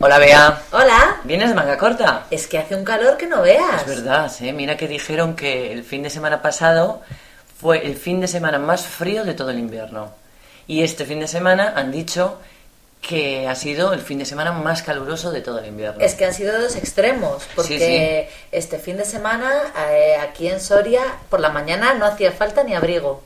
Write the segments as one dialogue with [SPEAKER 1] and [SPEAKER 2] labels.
[SPEAKER 1] Hola, Bea.
[SPEAKER 2] Hola.
[SPEAKER 1] ¿Vienes de manga corta?
[SPEAKER 2] Es que hace un calor que no veas.
[SPEAKER 1] Es verdad, ¿eh? Mira que dijeron que el fin de semana pasado fue el fin de semana más frío de todo el invierno. Y este fin de semana han dicho que ha sido el fin de semana más caluroso de todo el invierno.
[SPEAKER 2] Es que han sido dos extremos, porque este fin de semana eh, aquí en Soria por la mañana no hacía falta ni abrigo.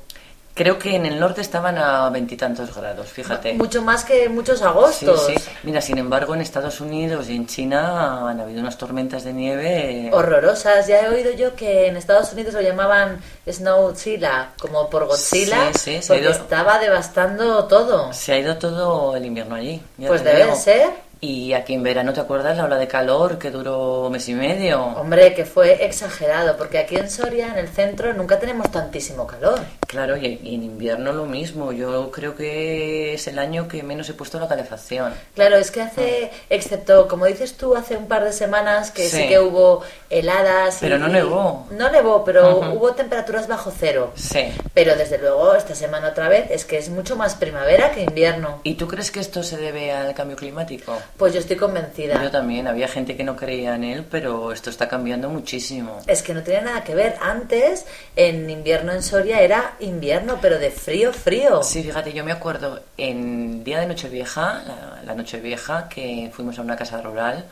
[SPEAKER 1] Creo que en el norte estaban a veintitantos grados, fíjate.
[SPEAKER 2] Mucho más que muchos agostos.
[SPEAKER 1] Sí, sí. Mira, sin embargo, en Estados Unidos y en China han habido unas tormentas de nieve.
[SPEAKER 2] Horrorosas. Ya he oído yo que en Estados Unidos lo llamaban Snowzilla, como por Godzilla,
[SPEAKER 1] Sí, sí, se ha
[SPEAKER 2] porque
[SPEAKER 1] ido-
[SPEAKER 2] estaba devastando todo.
[SPEAKER 1] Se ha ido todo el invierno allí. ya
[SPEAKER 2] Pues
[SPEAKER 1] te
[SPEAKER 2] debe
[SPEAKER 1] digo.
[SPEAKER 2] ser.
[SPEAKER 1] Y aquí en verano, ¿te acuerdas la ola de calor que duró mes y medio?
[SPEAKER 2] Hombre, que fue exagerado, porque aquí en Soria, en el centro, nunca tenemos tantísimo calor.
[SPEAKER 1] Claro, y y en invierno lo mismo. Yo creo que es el año que menos he puesto la calefacción.
[SPEAKER 2] Claro, es que hace, excepto, como dices tú, hace un par de semanas que sí,
[SPEAKER 1] Ah. Sí.
[SPEAKER 2] que hubo heladas. y-
[SPEAKER 1] Pero no nevó.
[SPEAKER 2] No nevó, pero
[SPEAKER 1] Ujú.
[SPEAKER 2] hubo temperaturas bajo cero.
[SPEAKER 1] Sí.
[SPEAKER 2] Pero desde luego, esta semana otra vez, es que es mucho más primavera que invierno.
[SPEAKER 1] ¿Y tú crees que esto se debe al cambio climático?
[SPEAKER 2] Pues yo estoy convencida.
[SPEAKER 1] Yo también, había gente que no creía en él, pero esto está cambiando muchísimo.
[SPEAKER 2] Es que no tiene nada que ver. Antes, en invierno en Soria era invierno, pero de frío, frío.
[SPEAKER 1] Sí, fíjate, yo me acuerdo en día de Nochevieja, la, la Nochevieja, que fuimos a una casa rural,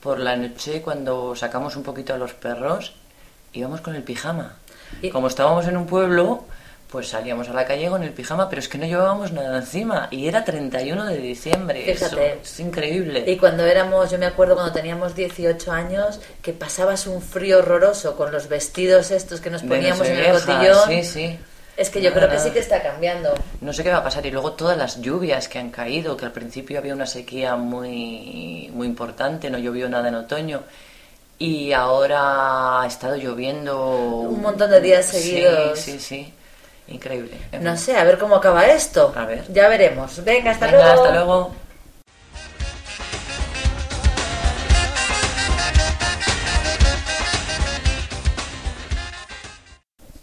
[SPEAKER 1] por la noche cuando sacamos un poquito a los perros, íbamos con el pijama.
[SPEAKER 2] Y-
[SPEAKER 1] Como estábamos en un pueblo, pues salíamos a la calle con el pijama, pero es que no llevábamos nada encima y era 31 de diciembre. eso
[SPEAKER 2] Fíjate.
[SPEAKER 1] es increíble.
[SPEAKER 2] Y cuando éramos, yo me acuerdo cuando teníamos 18 años, que pasabas un frío horroroso con los vestidos estos que nos
[SPEAKER 1] De
[SPEAKER 2] poníamos en el
[SPEAKER 1] Nochevieja,
[SPEAKER 2] cotillón.
[SPEAKER 1] Sí, sí.
[SPEAKER 2] Es que yo
[SPEAKER 1] Nada,
[SPEAKER 2] creo que
[SPEAKER 1] nada.
[SPEAKER 2] sí que está cambiando.
[SPEAKER 1] No sé qué va a pasar. Y luego todas las lluvias que han caído, que al principio había una sequía muy, muy importante, no llovió nada en otoño. Y ahora ha estado lloviendo.
[SPEAKER 2] Un montón de días seguidos.
[SPEAKER 1] Sí, sí, sí. Increíble.
[SPEAKER 2] No sé, a ver cómo acaba esto.
[SPEAKER 1] A ver.
[SPEAKER 2] Ya veremos. Venga, hasta
[SPEAKER 1] Venga,
[SPEAKER 2] luego.
[SPEAKER 1] hasta luego.